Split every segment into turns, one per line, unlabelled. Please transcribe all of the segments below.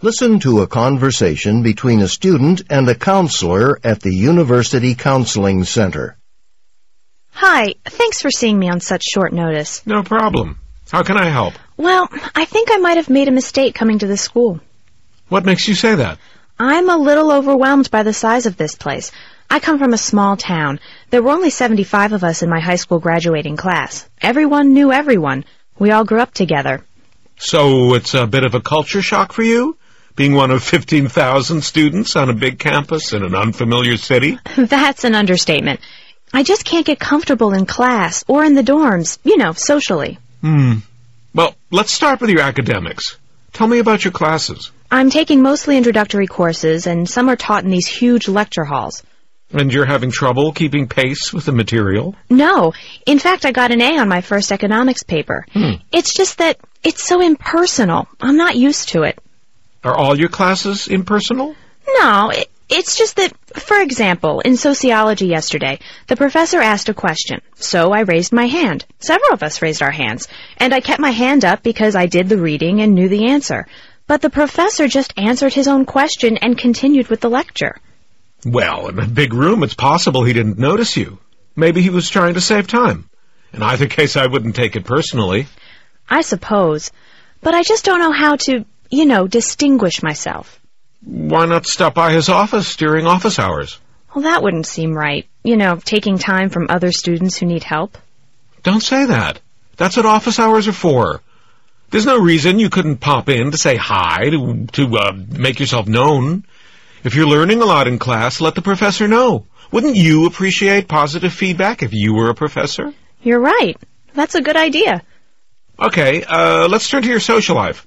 Listen to a conversation between a student and a counselor at the University Counseling Center.
Hi, thanks for seeing me on such short notice.
No problem. How can I help?
Well, I think I might have made a mistake coming to this school.
What makes you say that?
I'm a little overwhelmed by the size of this place. I come from a small town. There were only 75 of us in my high school graduating class. Everyone knew everyone. We all grew up together.
So it's a bit of a culture shock for you? Being one of 15,000 students on a big campus in an unfamiliar city?
That's an understatement. I just can't get comfortable in class or in the dorms, you know, socially.
Hmm. Well, let's start with your academics. Tell me about your classes.
I'm taking mostly introductory courses, and some are taught in these huge lecture halls.
And you're having trouble keeping pace with the material?
No. In fact, I got an A on my first economics paper. It's just that it's so impersonal. I'm not used to it.
Are all your classes impersonal?
No, it, it's just that, for example, in sociology yesterday, the professor asked a question, so I raised my hand. Several of us raised our hands, and I kept my hand up because I did the reading and knew the answer. But the professor just answered his own question and continued with the lecture.
Well, in a big room, it's possible he didn't notice you. Maybe he was trying to save time. In either case, I wouldn't take it personally.
I suppose. But I just don't know how to, you know, distinguish myself.
Why not stop by his office during office hours?
Well, that wouldn't seem right. You know, taking time from other students who need help.
Don't say that. That's what office hours are for. There's no reason you couldn't pop in to say hi, to, to uh, make yourself known. If you're learning a lot in class, let the professor know. Wouldn't you appreciate positive feedback if you were a professor?
You're right. That's a good idea.
Okay, uh, let's turn to your social life.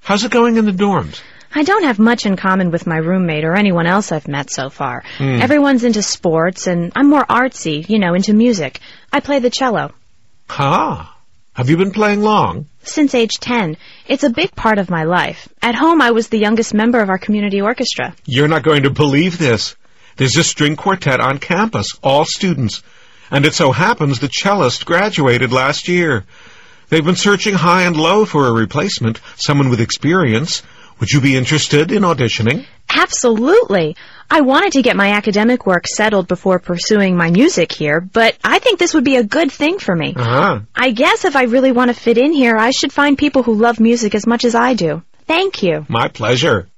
How's it going in the dorms?
I don't have much in common with my roommate or anyone else I've met so far. Everyone's into sports, and I'm more artsy, you know, into music. I play the cello.
Ah, have you been playing long?
Since age 10, it's a big part of my life. At home, I was the youngest member of our community orchestra.
You're not going to believe this. There's a string quartet on campus, all students. And it so happens the cellist graduated last year. They've been searching high and low for a replacement, someone with experience. Would you be interested in auditioning?
Absolutely. I wanted to get my academic work settled before pursuing my music here, but I think this would be a good thing for me.
Ah,
I guess if I really want to fit in here, I should find people who love music as much as I do. Thank you.
my pleasure.